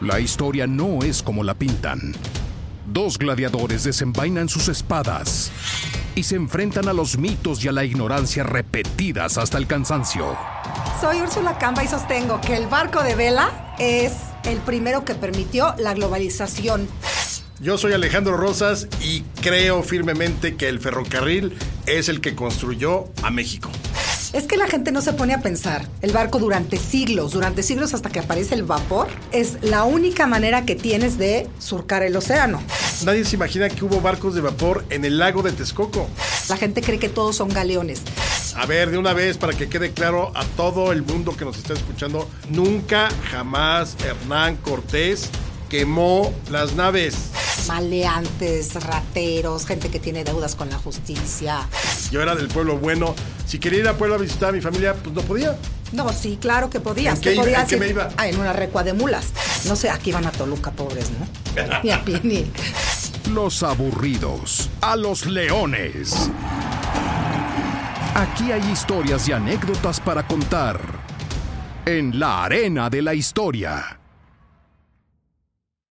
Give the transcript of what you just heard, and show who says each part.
Speaker 1: La historia no es como la pintan. Dos gladiadores desenvainan sus espadas y se enfrentan a los mitos y a la ignorancia repetidas hasta el cansancio.
Speaker 2: Soy Úrsula Camba y sostengo que el barco de vela es el primero que permitió la globalización.
Speaker 3: Yo soy Alejandro Rosas y creo firmemente que el ferrocarril es el que construyó a México.
Speaker 2: Es que la gente no se pone a pensar. El barco durante siglos, durante siglos hasta que aparece el vapor, es la única manera que tienes de surcar el océano.
Speaker 3: Nadie se imagina que hubo barcos de vapor en el lago de Texcoco.
Speaker 2: La gente cree que todos son galeones.
Speaker 3: A ver, de una vez, para que quede claro a todo el mundo que nos está escuchando, nunca, jamás Hernán Cortés quemó las naves.
Speaker 2: Maleantes, rateros, gente que tiene deudas con la justicia.
Speaker 3: Yo era del pueblo bueno. Si quería ir a Puebla a visitar a mi familia, pues no podía.
Speaker 2: No, sí, claro que podías.
Speaker 3: ¿En qué
Speaker 2: Tú
Speaker 3: iba?
Speaker 2: podías
Speaker 3: ¿En qué
Speaker 2: ir-
Speaker 3: me iba?
Speaker 2: Ah, en una recua de mulas. No sé, aquí van a Toluca, pobres, ¿no? Ni a pie, ni-
Speaker 1: Los aburridos, a los leones. Aquí hay historias y anécdotas para contar en la arena de la historia.